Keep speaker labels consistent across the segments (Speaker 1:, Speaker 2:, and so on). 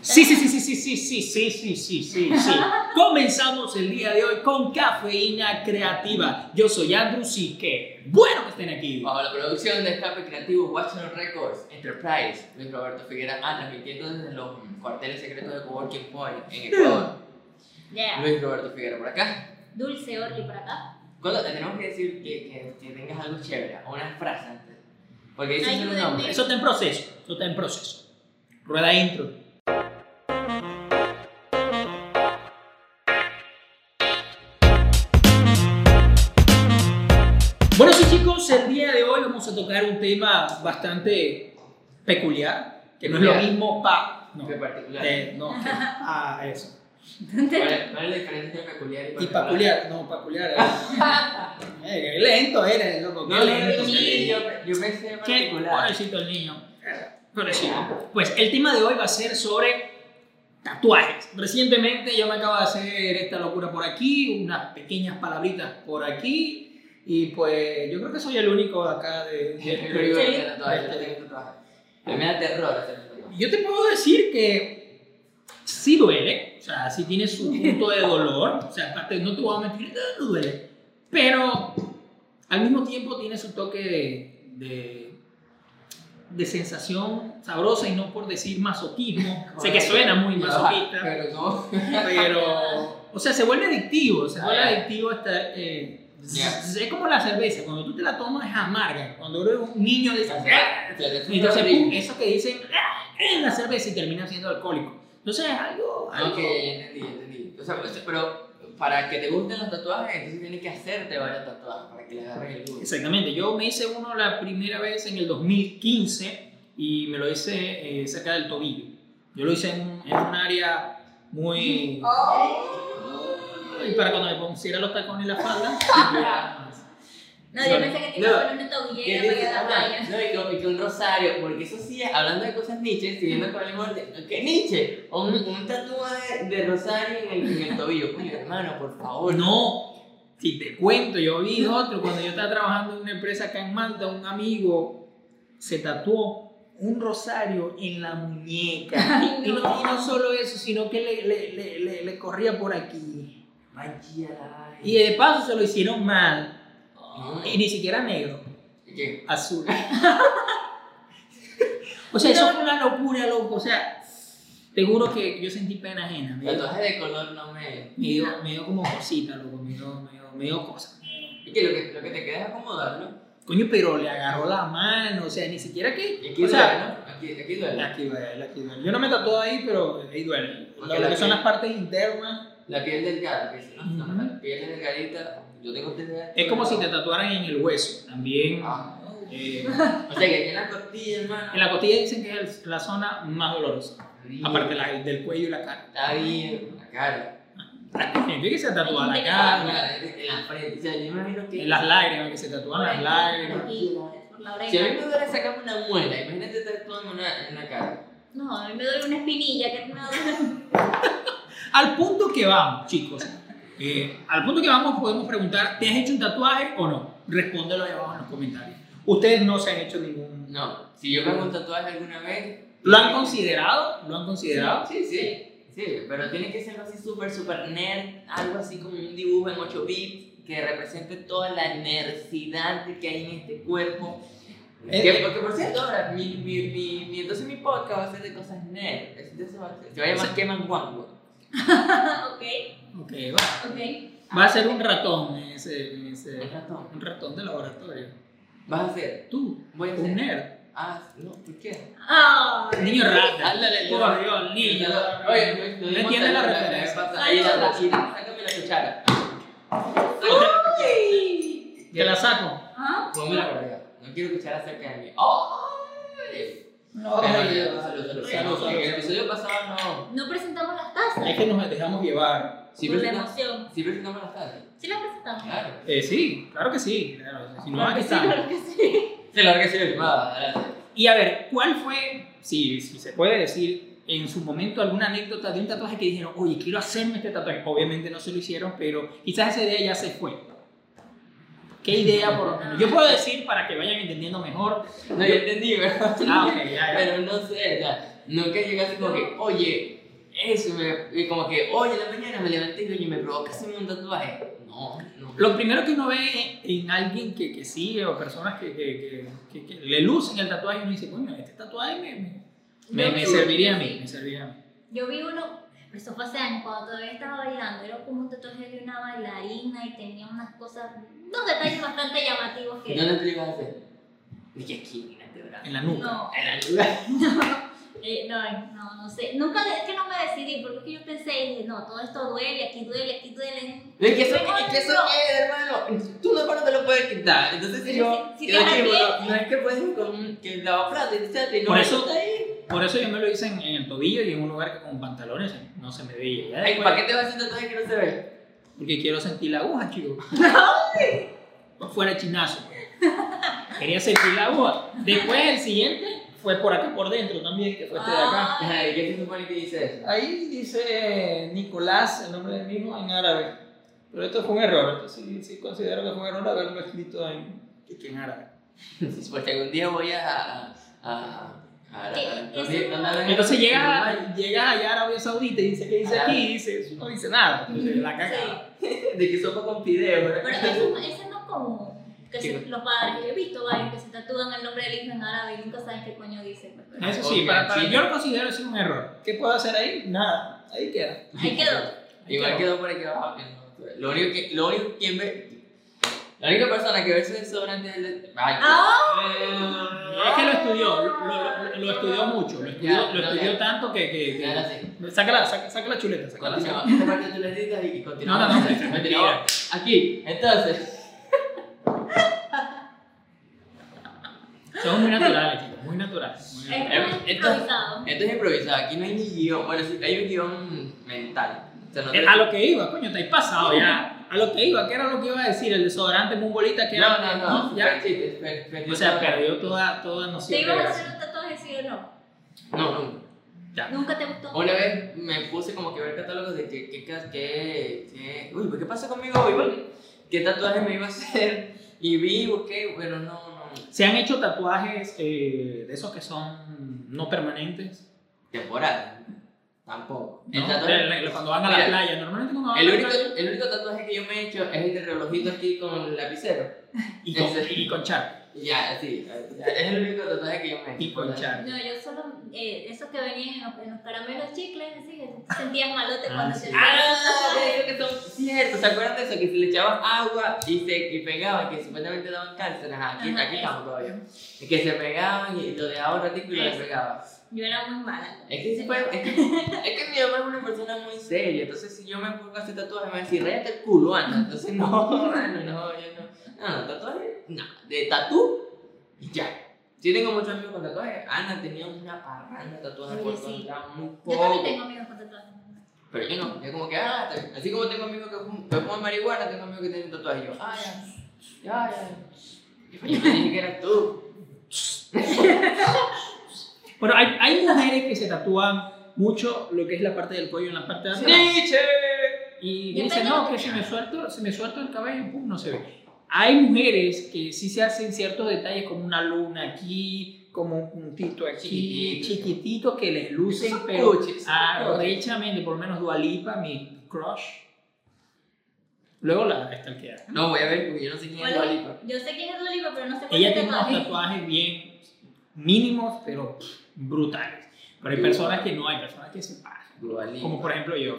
Speaker 1: Sí, sí, sí, sí, sí, sí, sí, sí, sí, sí, sí, sí. Comenzamos el día de hoy con cafeína creativa. Yo soy Andrew y qué bueno que estén aquí.
Speaker 2: Bajo la producción de Escape Creativo, Watson Records, Enterprise, Luis Roberto Figuera, ah, transmitiendo desde los cuarteles secretos de Coworking Point en Ecuador.
Speaker 3: Yeah.
Speaker 2: Luis Roberto Figuera por acá.
Speaker 3: Dulce Orly por acá.
Speaker 2: Cuando tenemos que decir que, que, que tengas algo chévere, o una frase antes. Porque dices solo un
Speaker 3: Ayúdenme.
Speaker 2: nombre.
Speaker 1: Eso está en proceso, eso está en proceso. Rueda intro. Bueno, sí chicos, el día de hoy vamos a tocar un tema bastante peculiar, que no es lo
Speaker 2: Peculiar.
Speaker 1: mismo pa... No,
Speaker 2: En particular.
Speaker 1: eh, no, que- ah, eso.
Speaker 2: ¿Cuál es, cuál es la diferencia entre peculiar y
Speaker 1: Y
Speaker 2: particular?
Speaker 1: peculiar, no, peculiar. eh. Eh, lento eres, loco, qué
Speaker 2: No, no, no,
Speaker 1: lento.
Speaker 2: no, yo, yo pensé en
Speaker 1: Qué
Speaker 2: particular.
Speaker 1: pobrecito el niño. Pobrecito. Pues el tema de hoy va a ser sobre tatuajes. Recientemente yo me acabo de hacer esta locura por aquí, unas pequeñas palabritas por aquí. Y pues yo creo que soy el único acá de. este
Speaker 2: Yo digo que
Speaker 3: Sí.
Speaker 2: tengo tatuaje, yo tengo tatuaje. A mí me da terror hacer un tatuaje.
Speaker 1: Yo te puedo decir que sí duele, o sea, sí tiene su punto de dolor, o sea, aparte no te voy a mentir, "Ah, no duele, pero al mismo tiempo tiene su toque de, de, de sensación sabrosa y no por decir masoquismo, sé que suena muy masoquista,
Speaker 2: Pero no.
Speaker 1: pero, o sea, se vuelve adictivo, se vuelve
Speaker 2: Ah, ya.
Speaker 1: adictivo hasta... eh,
Speaker 2: Ya.
Speaker 1: Es como la cerveza, cuando tú te la tomas es amarga, cuando eres un niño dices, "Ah, y Entonces, pum,
Speaker 2: Entonces,
Speaker 1: eso que dicen "Ah, en la cerveza y termina siendo alcohólico. Entonces es algo. algo-
Speaker 2: Ok, ya entendí, ya entendí. O sea, pues, pero para que te gusten los tatuajes, entonces tienes que hacerte varios tatuajes para que le agarres el gusto.
Speaker 1: Exactamente. Yo me hice uno la primera vez en el 2015 y me lo hice eh, cerca del tobillo. Yo lo hice en, un- en un área muy. Y para cuando me pusiera los tacones y la falda.
Speaker 3: No, yo pensé que te iba a poner una
Speaker 2: ¿Qué
Speaker 3: tobillera para
Speaker 2: dices?
Speaker 3: ir a la
Speaker 2: Ajá,
Speaker 3: playa.
Speaker 2: No, y con, y con Rosario, porque eso sí, hablando de cosas Nietzsche, siguiendo con el molde, ¿qué Nietzsche? Un, un tatuaje de Rosario en el, en el tobillo. Coño, hermano, por favor.
Speaker 1: No. Si te cuento, yo vi otro cuando yo estaba trabajando en una empresa acá en Malta, un amigo se tatuó un rosario en la muñeca. Y no, y no solo eso, sino que le, le- le- le- le corría por aquí.
Speaker 2: Manchilla la
Speaker 1: Y de paso se lo hicieron mal. Y
Speaker 2: Ay.
Speaker 1: ni siquiera negro,
Speaker 2: ¿Y qué?
Speaker 1: azul. o sea, eso fue una locura, loco. O sea, te juro que yo sentí pena ajena. Me dio,
Speaker 2: Tatuajes de color no me.
Speaker 1: me dio- me dio como cosita, loco. Me dio, me dio, me dio cosa.
Speaker 2: Y que lo que, lo que te queda es acomodarlo.
Speaker 1: Coño, pero le agarró la mano, o sea, ni siquiera que.
Speaker 2: Y aquí
Speaker 1: o sea,
Speaker 2: duele, ¿no? Aquí, aquí duele.
Speaker 1: aquí duele, aquí duele. Yo no me tatué ahí, pero ahí duele. Lo,
Speaker 2: Porque
Speaker 1: lo
Speaker 2: la
Speaker 1: que son
Speaker 2: piel-
Speaker 1: las partes internas.
Speaker 2: La piel delgada, que dicen, ¿no? No,
Speaker 1: Ujú.
Speaker 2: La piel es delgadita, yo tengo delgada.
Speaker 1: Es como si te tatuaran en el hueso también.
Speaker 2: Ah.
Speaker 3: Oh,
Speaker 1: Eh,
Speaker 2: O sea que aquí en la costilla, hermano.
Speaker 1: en la costilla dicen que es el- la zona más dolorosa. Aparte de la- del cuello y la cara.
Speaker 2: Está bien, la cara.
Speaker 1: Gente que se tatúa la
Speaker 3: Gente que-
Speaker 2: Ah,
Speaker 1: cara,
Speaker 2: la- en la frente. O sea, yo me imagino que.
Speaker 1: en las lágrimas, que se tatúan las lágrimas.
Speaker 3: Aquí, por la
Speaker 2: Si a mí
Speaker 3: oreja.
Speaker 2: me duele sacarme una muela, imagínate estar todo en una, en la cara.
Speaker 3: No, a mí me duele una espinilla que no.
Speaker 1: Al punto que vamos, chicos. Eh, al punto que vamos podemos preguntar, ¿te has hecho un tatuaje o no? Respóndelo ahí abajo en los comentarios. Ustedes no se han hecho ningún
Speaker 2: No, si yo me hago un tatuaje alguna vez.
Speaker 1: ¿Lo han considerado? ¿Lo han considerado?
Speaker 2: Sí, sí. Sí, pero tiene que ser algo así súper, súper nerd. Algo así como un dibujo en 8 bits que represente toda la nerdcidad que hay en este cuerpo.
Speaker 1: Eh,
Speaker 2: Que- porque por cierto, ahora, mi, mi, mi, mi- entonces mi podcast va a ser de cosas nerd. Es- de eso va a ser. Se va a llamar Queman Wango.
Speaker 3: ok,
Speaker 1: Ok, va.
Speaker 3: ok.
Speaker 1: Va a ser un ratón en ese, en
Speaker 2: El
Speaker 1: ese-
Speaker 2: ratón.
Speaker 1: Un ratón de laboratorio.
Speaker 2: Vas a hacer.
Speaker 1: Tú,
Speaker 2: Voy a
Speaker 1: un
Speaker 2: hacer.
Speaker 1: nerd.
Speaker 2: Ah, no, ¿por qué?
Speaker 3: Ah,
Speaker 1: Niño rata.
Speaker 2: Ándale, yo-
Speaker 1: Por Dios, niño.
Speaker 2: Oye, pues, me- me-
Speaker 1: No entiende la
Speaker 2: me- me-
Speaker 1: referencia.
Speaker 2: me- me- Ahí la la- Sácame la cuchara.
Speaker 3: uy.
Speaker 1: Te la saco.
Speaker 3: ¿Ah?
Speaker 2: Ponme la correa. No quiero cuchara cerca de mí. ¡Ay!
Speaker 1: No,
Speaker 2: Pero ya, salud, salud,
Speaker 1: Salud,
Speaker 2: salud. En el
Speaker 1: salud.
Speaker 2: episodio pasado no.
Speaker 3: No presentamos las tazas
Speaker 1: Es que nos dejamos llevar.
Speaker 2: Sí,
Speaker 3: por la
Speaker 2: presentamos
Speaker 3: emoción.
Speaker 2: sí presentamos las tardes.
Speaker 3: Sí las presentamos.
Speaker 2: Claro.
Speaker 1: Eh, sí, claro que sí. claro, si no,
Speaker 3: Claro
Speaker 1: aquí
Speaker 3: que sí,
Speaker 1: estamos.
Speaker 3: claro que sí.
Speaker 2: Se larga así la filmada. gracias.
Speaker 1: Y a ver, ¿cuál fue, si, si se puede decir, en su momento alguna anécdota de un tatuaje que dijeron, oye, quiero hacerme este tatuaje? Obviamente no se lo hicieron, pero quizás esa idea ya se fue. ¿Qué idea por lo menos? Yo puedo decir para que vayan entendiendo mejor.
Speaker 2: No, yo entendí, ¿verdad?
Speaker 1: Ah, ok, ya, ya.
Speaker 2: Pero no sé, o sea, Nunca llegaste como que, oye, eso me. y Como que, oye, en la mañana me levanté y oye, me provoca hacerme un tatuaje. No, no.
Speaker 1: Lo primero que uno ve en alguien que, que sigue o personas que, que- que- que- que le lucen el tatuaje, uno dice, coño, este tatuaje me, me- me- me
Speaker 3: Yo vi-
Speaker 1: serviría a mí, me serviría a mí.
Speaker 3: Yo vi uno, eso fue hace años, cuando todavía estaba bailando, era como un tatuaje de una bailarina y tenía unas cosas, unos detalles bastante llamativos que...
Speaker 2: ¿Dónde te lo ibas a hacer? Dije, aquí, en este brazo.
Speaker 1: En la nuca.
Speaker 3: No,
Speaker 2: En la nuca.
Speaker 3: eh, no, no, no sé. Nunca, es que no me decidí, porque es que yo pensé, y dije, no, todo esto duele, aquí duele, aquí duele.
Speaker 2: De que eso,
Speaker 3: Mejor
Speaker 2: que eso
Speaker 3: no.
Speaker 2: queda, hermano. Tú no no te lo puedes quitar. Entonces
Speaker 3: Pero
Speaker 2: yo,
Speaker 3: si- si
Speaker 2: yo digo,
Speaker 3: te arrepientes.
Speaker 2: no, no es que puedes con que la bafrate, etcétera, y no
Speaker 1: Por eso-
Speaker 2: está ahí.
Speaker 1: Por eso yo me lo hice en, en el tobillo y en un lugar que con pantalones no se me veía. Ya
Speaker 2: Ay,
Speaker 1: después-
Speaker 2: ¿Para qué te vas a hacer tatuaje que no se ve?
Speaker 1: Porque quiero sentir la aguja, chico. Fuera chinazo. Quería sentir la aguja. Después el siguiente fue por acá por dentro también, que fue este de
Speaker 2: Ah.
Speaker 1: acá.
Speaker 3: Ay,
Speaker 2: Ay, ¿Qué se supone que dice eso?
Speaker 1: Ahí dice eh, Nicolás, el nombre del mismo, en árabe. Pero esto fue un error. Esto sí, sí considero que fue un error haberlo escrito en, que en árabe.
Speaker 2: Porque algún día voy a. a, a, a,
Speaker 3: ¿Qué?
Speaker 2: a-
Speaker 3: ¿Qué
Speaker 2: no sé,
Speaker 3: es?
Speaker 2: no, no, no,
Speaker 1: Entonces
Speaker 2: no,
Speaker 1: llega, llega allá a Arabia Saudita y dice, ¿qué dice
Speaker 2: Árabe.
Speaker 1: aquí? Y dice, no dice nada. Entonces, la cagada.
Speaker 3: sí.
Speaker 2: De que sopa con fideo,
Speaker 3: Pero eso, eso no es como que se-
Speaker 2: Sí.
Speaker 3: los padres, yo he visto varios que se tatúan el nombre del hijo en árabe y nunca saben qué coño dicen. pero-
Speaker 1: Eso sí,
Speaker 2: Ok,
Speaker 1: para, para-
Speaker 2: sí.
Speaker 1: yo lo considero así un error. ¿Qué puedo hacer ahí? Nada. Eh, Ahí queda.
Speaker 3: Ahí quedó.
Speaker 1: Ahí
Speaker 2: Igual
Speaker 1: queda.
Speaker 2: quedó por aquí abajo. que no- Lo único que. Lo único que ve. La única persona que ve ese desodorante es el. Ay,
Speaker 3: Ah,
Speaker 1: Es que lo estudió, lo, lo- lo- lo estudió mucho, lo estudió,
Speaker 2: Ya,
Speaker 1: lo
Speaker 2: no,
Speaker 1: estudió
Speaker 2: ya.
Speaker 1: tanto que... que, que-
Speaker 2: Ya la sé.
Speaker 1: Saca, la, saca, saca la chuleta, saca la
Speaker 2: Continúa. Esta parte tú la editas y continúa.
Speaker 1: No, no, no,
Speaker 2: Continúa.
Speaker 1: mentira.
Speaker 2: Aquí, entonces.
Speaker 1: Son muy naturales, chicos, muy naturales. muy naturales.
Speaker 3: esto es
Speaker 2: Entonces-
Speaker 3: improvisado.
Speaker 2: Esto es improvisado. Aquí no hay ni guión. Bueno, sí, hay un guión mental. O sea, no
Speaker 1: Eh, A lo que iba, coño, estáis pasado ya. A lo que iba, ¿qué era lo que iba a decir? El desodorante mumbolita que
Speaker 2: No,
Speaker 1: era-
Speaker 2: no, no.
Speaker 1: ya.
Speaker 2: super chiste, per- per-
Speaker 1: O sea, perdió toda, toda noción.
Speaker 3: ¿Te
Speaker 1: de
Speaker 3: ibas a
Speaker 1: gracia.
Speaker 3: hacer un tatuaje sí o no?
Speaker 2: No, no.
Speaker 1: Ya.
Speaker 3: ¿Nunca te gustó?
Speaker 2: Una vez me puse como que a ver catálogos de qué, qué, qué, qué, uy, ¿qué pasa conmigo hoy? vale? ¿Qué tatuaje me iba a hacer? Y vi, busqué, pero no, no,
Speaker 1: ¿Se han hecho tatuajes eh, de esos que son no permanentes?
Speaker 2: temporal, tampoco. El
Speaker 1: ¿no?
Speaker 2: tatuaje-
Speaker 1: De- de- cuando van a la
Speaker 2: Mira,
Speaker 1: playa, normalmente cuando van
Speaker 2: el
Speaker 1: a la
Speaker 2: único,
Speaker 1: playa
Speaker 2: el único tatuaje que yo me he hecho es el de relojito aquí con lapicero.
Speaker 1: y con,
Speaker 2: ese.
Speaker 1: y con charco,
Speaker 2: Y ya, así, es el único tatuaje que yo me he hecho.
Speaker 1: y con charco.
Speaker 3: No, yo solo, eh, esos que venían en los, en los caramelos chicles, así, que sentías malote
Speaker 1: Ah,
Speaker 3: cuando
Speaker 1: sí.
Speaker 3: se
Speaker 2: Ah, de eso que son cierto, ¿se acuerdan de eso? Que se le echaban agua y se y pegaban, que supuestamente daban cáncer. Ajá, aquí,
Speaker 3: Ajá,
Speaker 2: aquí
Speaker 3: eso.
Speaker 2: estamos todavía. Y que se pegaban y lo dejaban un ratito y lo
Speaker 3: Eso.
Speaker 2: pegaban.
Speaker 3: Yo era muy mala.
Speaker 2: Es que, sí fue- es, que, es que mi mamá es una persona muy seria, entonces si yo me pongo a hacer tatuajes me va a decir, réate el culo, Ana. Entonces, no, mano, no, yo no. No, no, tatuaje, no, de tatú y ya. Yo tengo muchos amigos con tatuajes. Ana tenía una parranda de tatuajes
Speaker 3: Oye,
Speaker 2: por
Speaker 3: sí.
Speaker 2: todos lados, un
Speaker 3: Yo también
Speaker 2: poco.
Speaker 3: tengo amigos con tatuajes.
Speaker 2: Pero yo no, yo como que, ah, está bien. así como tengo amigos que fum- que fuman marihuana, tengo amigos que tienen tatuajes. Yo, ah, ya, ya, ya. Yo pensé que eras tú.
Speaker 1: Bueno, hay, hay mujeres que se tatúan mucho lo que es la parte del cuello en la parte de atrás.
Speaker 2: ¡Nietzsche!
Speaker 1: Y
Speaker 3: Yo
Speaker 1: dicen,
Speaker 3: pensé
Speaker 1: no,
Speaker 3: que-
Speaker 1: que si me suelto, si me suelto el cabello, pum, no se ve. Hay mujeres que sí se hacen ciertos detalles como una luna aquí, como un puntito aquí,
Speaker 2: Chiquitito.
Speaker 1: chiquitito, que les lucen,
Speaker 2: Son
Speaker 1: pero
Speaker 2: coches, son
Speaker 1: arrechamente, por lo menos Dualipa, mi crush. Luego la estalquea.
Speaker 2: No, voy a ver, porque yo no sé quién es
Speaker 3: Bueno,
Speaker 2: Lolipa.
Speaker 3: Yo sé quién es Doliva, pero no sé cuál
Speaker 1: Ella
Speaker 3: es
Speaker 1: tiene unos
Speaker 3: tatuaje.
Speaker 1: tatuajes bien mínimos, pero pff, brutales. Pero hay personas que no, hay personas que se pasan.
Speaker 2: Dualipa.
Speaker 1: Como por ejemplo yo.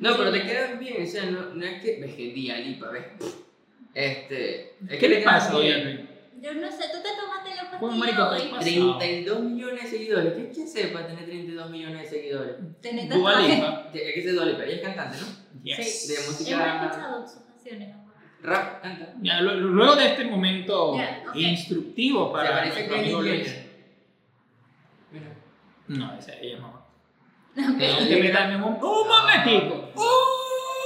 Speaker 2: No, pero te quedan bien, o sea, no, no es que. Ves que Dialipa, ves. Este. es
Speaker 1: ¿Qué
Speaker 2: que
Speaker 1: le
Speaker 2: quedan
Speaker 1: pasa hoy
Speaker 2: bien.
Speaker 1: a
Speaker 3: Yo no sé, tú te tomaste la
Speaker 1: Bueno,
Speaker 3: pastilla
Speaker 1: marico,
Speaker 3: hoy.
Speaker 1: ¿qué
Speaker 2: 32 millones de seguidores. ¿Qué es que hace para tener 32 millones de seguidores?
Speaker 3: Tenés tatuaje.
Speaker 1: Dualipa.
Speaker 2: Es que se Dolipa, ella es cantante, ¿no?
Speaker 1: Yes.
Speaker 2: De
Speaker 3: Yo no he
Speaker 2: música.
Speaker 3: escuchado sus canciones. amor.
Speaker 2: Rap, canta.
Speaker 1: Ya, lu- lu- luego de este momento
Speaker 3: Ya, ok.
Speaker 1: instructivo
Speaker 2: Se
Speaker 1: para
Speaker 2: parece a
Speaker 1: nuestro
Speaker 2: Kylie
Speaker 1: amigo Luis.
Speaker 2: Jenner. Mira.
Speaker 1: No, esa ella es mamá.
Speaker 2: No,
Speaker 1: Te
Speaker 2: mira.
Speaker 1: metas en un- un
Speaker 2: Ah,
Speaker 1: momentico.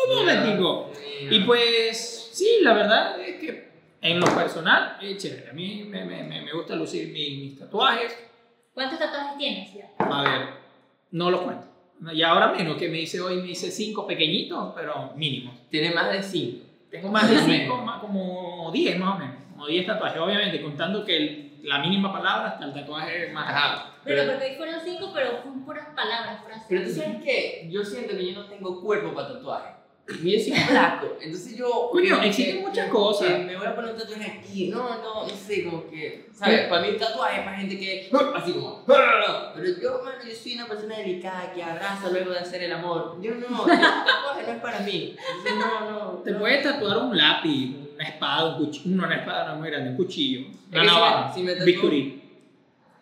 Speaker 1: Un momentico. Y
Speaker 2: Mira.
Speaker 1: pues, sí, la verdad es que en lo personal es chévere. A mí me, me- me- me gusta lucir mi- mis tatuajes.
Speaker 3: ¿Cuántos tatuajes tienes ya?
Speaker 1: A ver, no los cuento. Y ahora menos, que me hice hoy, me hice cinco pequeñitos, pero mínimos.
Speaker 2: Tiene más de 5.
Speaker 1: Tengo más de
Speaker 2: Más o
Speaker 1: cinco,
Speaker 2: menos.
Speaker 1: más como diez más o menos. Como diez tatuajes, obviamente, contando que el la mínima palabra hasta el tatuaje más.
Speaker 2: Ajá.
Speaker 3: Bueno,
Speaker 2: Pero,
Speaker 3: porque hoy fueron cinco, pero fueron puras palabras, puras
Speaker 2: pero tú sabes que yo siento que yo no tengo cuerpo para tatuaje. Y yo soy flaco. Entonces yo.
Speaker 1: Coño,
Speaker 2: que-
Speaker 1: existen muchas
Speaker 2: que-
Speaker 1: cosas.
Speaker 2: que Me voy a poner un tatuaje aquí. No, no, no sé, como que. ¿Sabes? Para mí un tatuaje es para gente que.
Speaker 1: Ah.
Speaker 2: Así como. "Ah, Pero yo, mano, yo soy una persona delicada que abraza luego de hacer el amor. Yo no. El tatuaje no es para mí. Entonces, No, no.
Speaker 1: Te
Speaker 2: no.
Speaker 1: puedes tatuar un lápiz, una espada, un cuchillo. No, una espada no es muy grande, un cuchillo.
Speaker 2: Es
Speaker 1: Una
Speaker 2: que si me-
Speaker 1: navaja.
Speaker 2: si me tatúo-
Speaker 1: bisturí.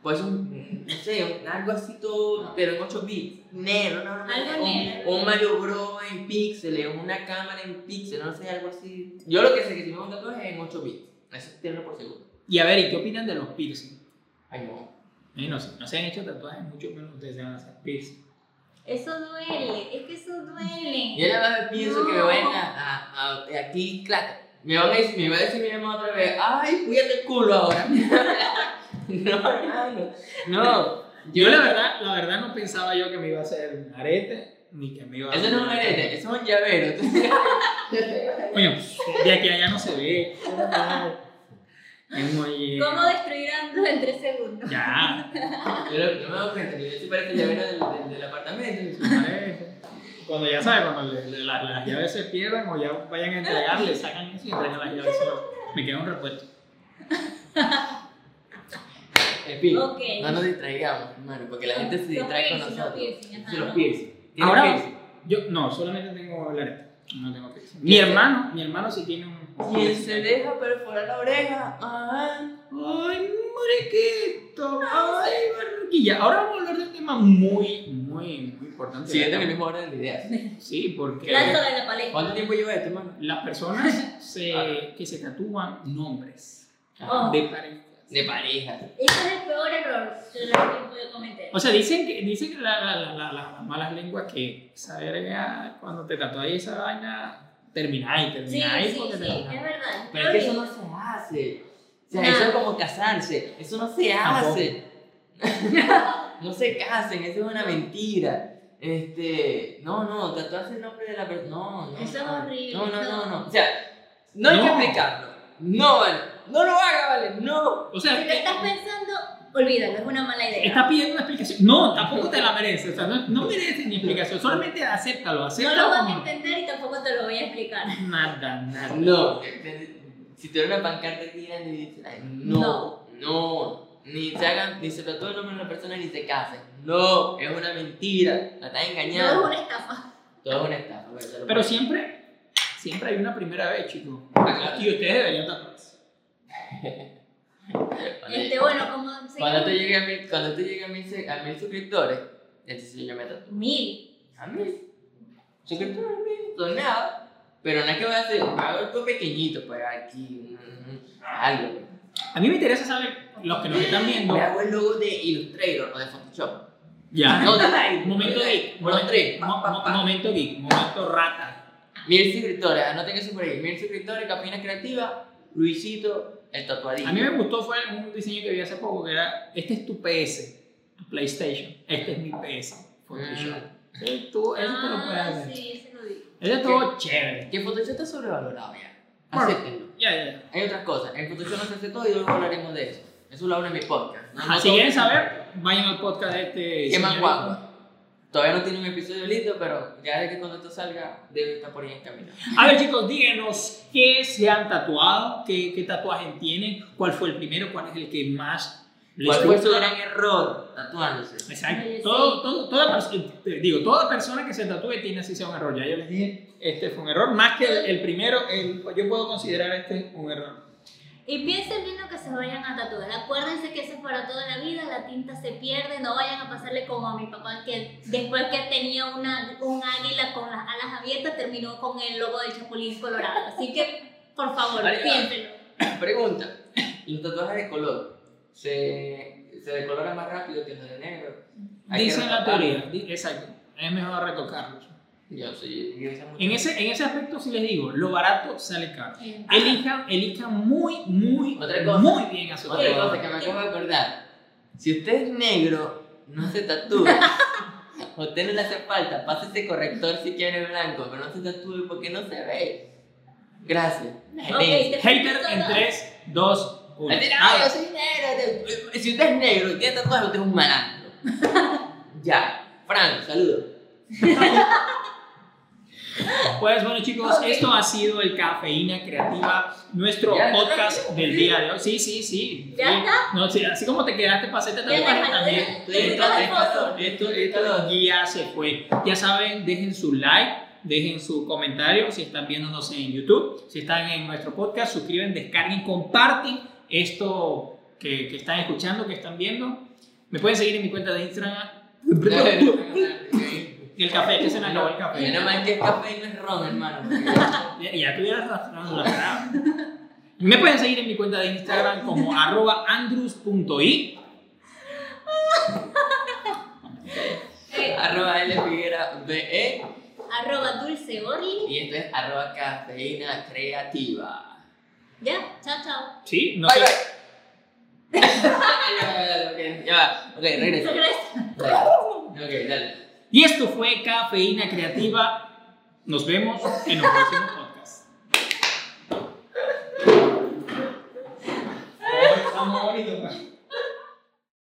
Speaker 2: Pues un, no sé, un- algo así todo, pero en 8 bits, Ah. negro, no, no, no,
Speaker 3: Algo
Speaker 2: un,
Speaker 3: negro.
Speaker 2: un Mario Bros en píxeles, una cámara en píxeles, no sé, algo así. Yo lo que sé que si me hago un tatuaje es en 8 bits, eso es tierra por segundo.
Speaker 1: Y a ver, ¿y qué opinan de los piercing?
Speaker 2: Ay, no.
Speaker 1: Eh, no, sé, no se han hecho tatuajes, mucho menos ustedes se van a hacer piercing.
Speaker 3: Eso duele, es que eso duele.
Speaker 2: Yo nada más pienso que me
Speaker 3: No.
Speaker 2: vayan a, a, a- aquí, claro, me van a decir, me va a decir mi mamá otra vez, ay, cuídate el culo ahora. no, hermano, no.
Speaker 1: Yo la verdad, la verdad no pensaba yo que me iba a hacer un arete, ni que me iba a
Speaker 2: Eso no es un arete, eso es un llavero.
Speaker 1: Coño, de aquí a allá no se ve. Es muy...
Speaker 3: ¿Cómo destruir Android en tres segundos?
Speaker 1: Ya.
Speaker 2: Yo, lo- yo me doy cuenta que yo sí parece el llavero del, del, del apartamento.
Speaker 1: parece. Cuando ya sabes, cuando le- le- las, las llaves se pierdan o ya vayan a entregarle, sacan eso y entregan las llaves. solas. Me queda un repuesto.
Speaker 2: En fin,
Speaker 3: Ok.
Speaker 2: no nos distraigamos, hermano, porque la gente se distrae con nosotros. Se los
Speaker 3: pies.
Speaker 2: pierce. ¿Tiene
Speaker 1: Ahora-
Speaker 2: piercing?
Speaker 1: Yo, no, solamente tengo el arete. No tengo piercing. Mi hermano, mi hermano sí tiene un.
Speaker 2: Quien se deja perforar la oreja. Ah,
Speaker 1: ¡Ay, morequito! ¡Ay, barruquilla! Ahora vamos a hablar de un tema muy, muy, muy importante.
Speaker 2: siguiente en el mismo orden de ideas.
Speaker 1: Sí, porque.
Speaker 3: Lánzalo en la paleta.
Speaker 2: ¿Cuánto tiempo lleva esto, hermano?
Speaker 1: las personas se- que se tatúan nombres
Speaker 3: Ah.
Speaker 1: de parejas.
Speaker 2: De pareja.
Speaker 3: Ese es el peor error el error que puedo cometer.
Speaker 1: O sea, dicen que, dicen que la- la- la- la- la- las malas lenguas que saber cuando te tatuáis esa vaina, termináis,
Speaker 3: Sí,
Speaker 1: termináis
Speaker 3: sí,
Speaker 1: porque
Speaker 3: sí, Eh,
Speaker 1: termináis.
Speaker 3: es verdad.
Speaker 2: Pero es que eso no se hace. O sea,
Speaker 3: No.
Speaker 2: eso es como casarse. Eso no se hace. no se casen, eso es una mentira. Este, no, no, tatuarse el nombre de la persona. No, no.
Speaker 3: Eso es
Speaker 2: no.
Speaker 3: horrible,
Speaker 2: No, no,
Speaker 3: no.
Speaker 2: no, no. O sea, no hay que
Speaker 1: No.
Speaker 2: explicarlo. No, vale. No lo haga, vale. No.
Speaker 1: O
Speaker 3: Si
Speaker 1: sea, eh,
Speaker 3: lo estás pensando, olvídalo, es una mala idea.
Speaker 1: estás pidiendo una explicación. No, tampoco te la mereces. O sea, no, no mereces ni explicación. Solamente acéptalo,
Speaker 3: No
Speaker 1: acéptalo.
Speaker 3: lo vas a
Speaker 1: como-
Speaker 3: entender y tampoco te lo voy a explicar.
Speaker 1: Nada, nada.
Speaker 2: No. Si tuviera una pancarta aquí grande y dice, ay, no, no. Ni se hagan, ni se tatúe el nombre de una persona ni se casen. No, es una mentira. La estás
Speaker 3: No
Speaker 2: engañando.
Speaker 3: es una estafa.
Speaker 2: Todo es una estafa, güey, te lo
Speaker 1: Pero
Speaker 2: prometo.
Speaker 1: siempre, siempre hay una primera vez, chicos.
Speaker 2: Ah, claro.
Speaker 1: Y ustedes deberían tatuarse.
Speaker 2: Cuando-
Speaker 3: Este, bueno, como
Speaker 2: Cuando tú
Speaker 3: se
Speaker 2: llegues a mil, cuando tú llegues a mil, se- a mil suscriptores, entonces yo me tatúo.
Speaker 3: Mil.
Speaker 2: A mil. Suscriptores, mil. Son nada. Pero no es que voy a hacer, hago algo pequeñito, pues aquí, mm, algo.
Speaker 1: A mí me interesa saber, los que nos están viendo.
Speaker 2: Me hago el logo de Illustrator o de Photoshop.
Speaker 1: Ya.
Speaker 2: Ah, No, de Light.
Speaker 1: Momento
Speaker 2: de
Speaker 1: geek,
Speaker 2: Light.
Speaker 1: momento,
Speaker 2: Los tres.
Speaker 1: mo-
Speaker 2: Pa, pa,
Speaker 1: mo-
Speaker 2: pa.
Speaker 1: momento geek, momento rata.
Speaker 2: Mil suscriptores, anoten eso por ahí. Mil suscriptores, Capina Creativa, Luisito, el tatuadito.
Speaker 1: A mí me gustó fue un diseño que vi hace poco que era, este es tu PS, tu PlayStation, este es mi PS,
Speaker 2: Ah.
Speaker 1: Photoshop. Sí, tú, eso te lo puedes
Speaker 3: Ah,
Speaker 1: hacer.
Speaker 3: sí, ese lo digo.
Speaker 1: Eso es todo chévere.
Speaker 2: Que Photoshop está sobrevalorado ya.
Speaker 1: Bueno.
Speaker 2: Acéptenlo.
Speaker 1: Ya, ya, ya.
Speaker 2: Hay otras cosas. En Photoshop no se hace todo y luego hablaremos de eso. Eso lo hablo en mi podcast. No,
Speaker 1: Ajá,
Speaker 2: no
Speaker 1: si
Speaker 2: todo-
Speaker 1: quieren saber, vayan al podcast de este...
Speaker 2: ¿Qué más
Speaker 1: señor.
Speaker 2: guapo? Todavía no tiene un episodio listo, pero ya de que cuando esto salga, debe estar por ahí en camino.
Speaker 1: A ver chicos, díganos qué se han tatuado, qué, qué tatuajes tienen, cuál fue el primero, cuál es el que más les
Speaker 2: ¿Cuál fue su
Speaker 1: gusta.
Speaker 2: gran error tatuándose?
Speaker 1: Exacto.
Speaker 3: Sí.
Speaker 1: Todo, todo, toda, pers- eh, digo, toda persona que se tatúe tiene así sea un error. Ya yo les dije, este fue un error. Más que el, el primero, el- yo puedo considerar este un error.
Speaker 3: Y piensen bien lo que se vayan a tatuar. Acuérdense que eso es para toda la vida, la tinta se pierde, no vayan a pasarle como a mi papá que después que tenía una, un águila con las alas abiertas terminó con el logo del Chapulín Colorado. Así que, por favor,
Speaker 2: Vale,
Speaker 3: piénsenlo.
Speaker 2: Pregunta: ¿Los tatuajes de color se, se decoloran más rápido que los de negro? Hay que
Speaker 1: Dicen la
Speaker 2: retocar.
Speaker 1: teoría. di- Exacto. Es mejor retocarlos.
Speaker 2: Yo sí, yo hice mucho.
Speaker 1: En ese, en ese aspecto, sí les digo, lo barato sale caro. Elijan, elijan muy, muy,
Speaker 2: Otra cosa.
Speaker 1: muy bien a su
Speaker 2: Otra cosa que me acabo de acordar. Si usted es negro, no se tatúe. A usted no le hace falta. Pásese corrector si quiere blanco, pero no se tatúe porque no se ve. Gracias.
Speaker 3: Ok, te
Speaker 1: Hater
Speaker 3: pregunto
Speaker 1: en
Speaker 3: dos.
Speaker 1: 3, 2, Uno.
Speaker 2: Mentira,
Speaker 1: Ah,
Speaker 2: yo soy negro. te- Si usted es negro y tiene tatuaje, usted es un malandro. ya. Frank, saludo.
Speaker 1: Pues bueno chicos, esto ha sido el Cafeína Creativa, nuestro
Speaker 2: Ya,
Speaker 1: podcast
Speaker 2: ya,
Speaker 1: del
Speaker 2: ya.
Speaker 1: día de hoy. Sí, sí, sí.
Speaker 3: Ya
Speaker 1: Sí.
Speaker 3: está.
Speaker 1: No, sí, así como te quedaste pasete
Speaker 3: Ya
Speaker 1: también.
Speaker 3: déjalo,
Speaker 1: también.
Speaker 3: déjalo.
Speaker 1: Esto,
Speaker 3: Déjalo,
Speaker 1: esto,
Speaker 3: déjalo.
Speaker 1: esto, esto ya se fue. Ya saben, dejen su like. Dejen su comentario si están viéndonos en YouTube, si están en nuestro podcast, suscriben, descarguen, comparten esto que, que están escuchando, que están viendo. Me pueden seguir en mi cuenta de Instagram. El café, que se me acabó el café.
Speaker 2: Menos mal que el café no es ron, hermano.
Speaker 1: Ya, ya tuvieras razón, la verdad. Me pueden seguir en mi cuenta de Instagram como arroba andrus.i.
Speaker 3: Eh,
Speaker 2: arroba L Figuera BE
Speaker 3: arroba dulce orly.
Speaker 2: y esto es arroba cafeína creativa.
Speaker 3: Ya, chao, chao.
Speaker 1: Sí, no
Speaker 2: Bye,
Speaker 1: sé.
Speaker 2: bye. Ah, Ya, ya, ya, ya, ya va. Ok, regreso.
Speaker 3: Gracias.
Speaker 2: Ok, dale.
Speaker 1: Y esto fue Cafeína Creativa. Nos vemos en un próximo podcast. Estamos bonitos,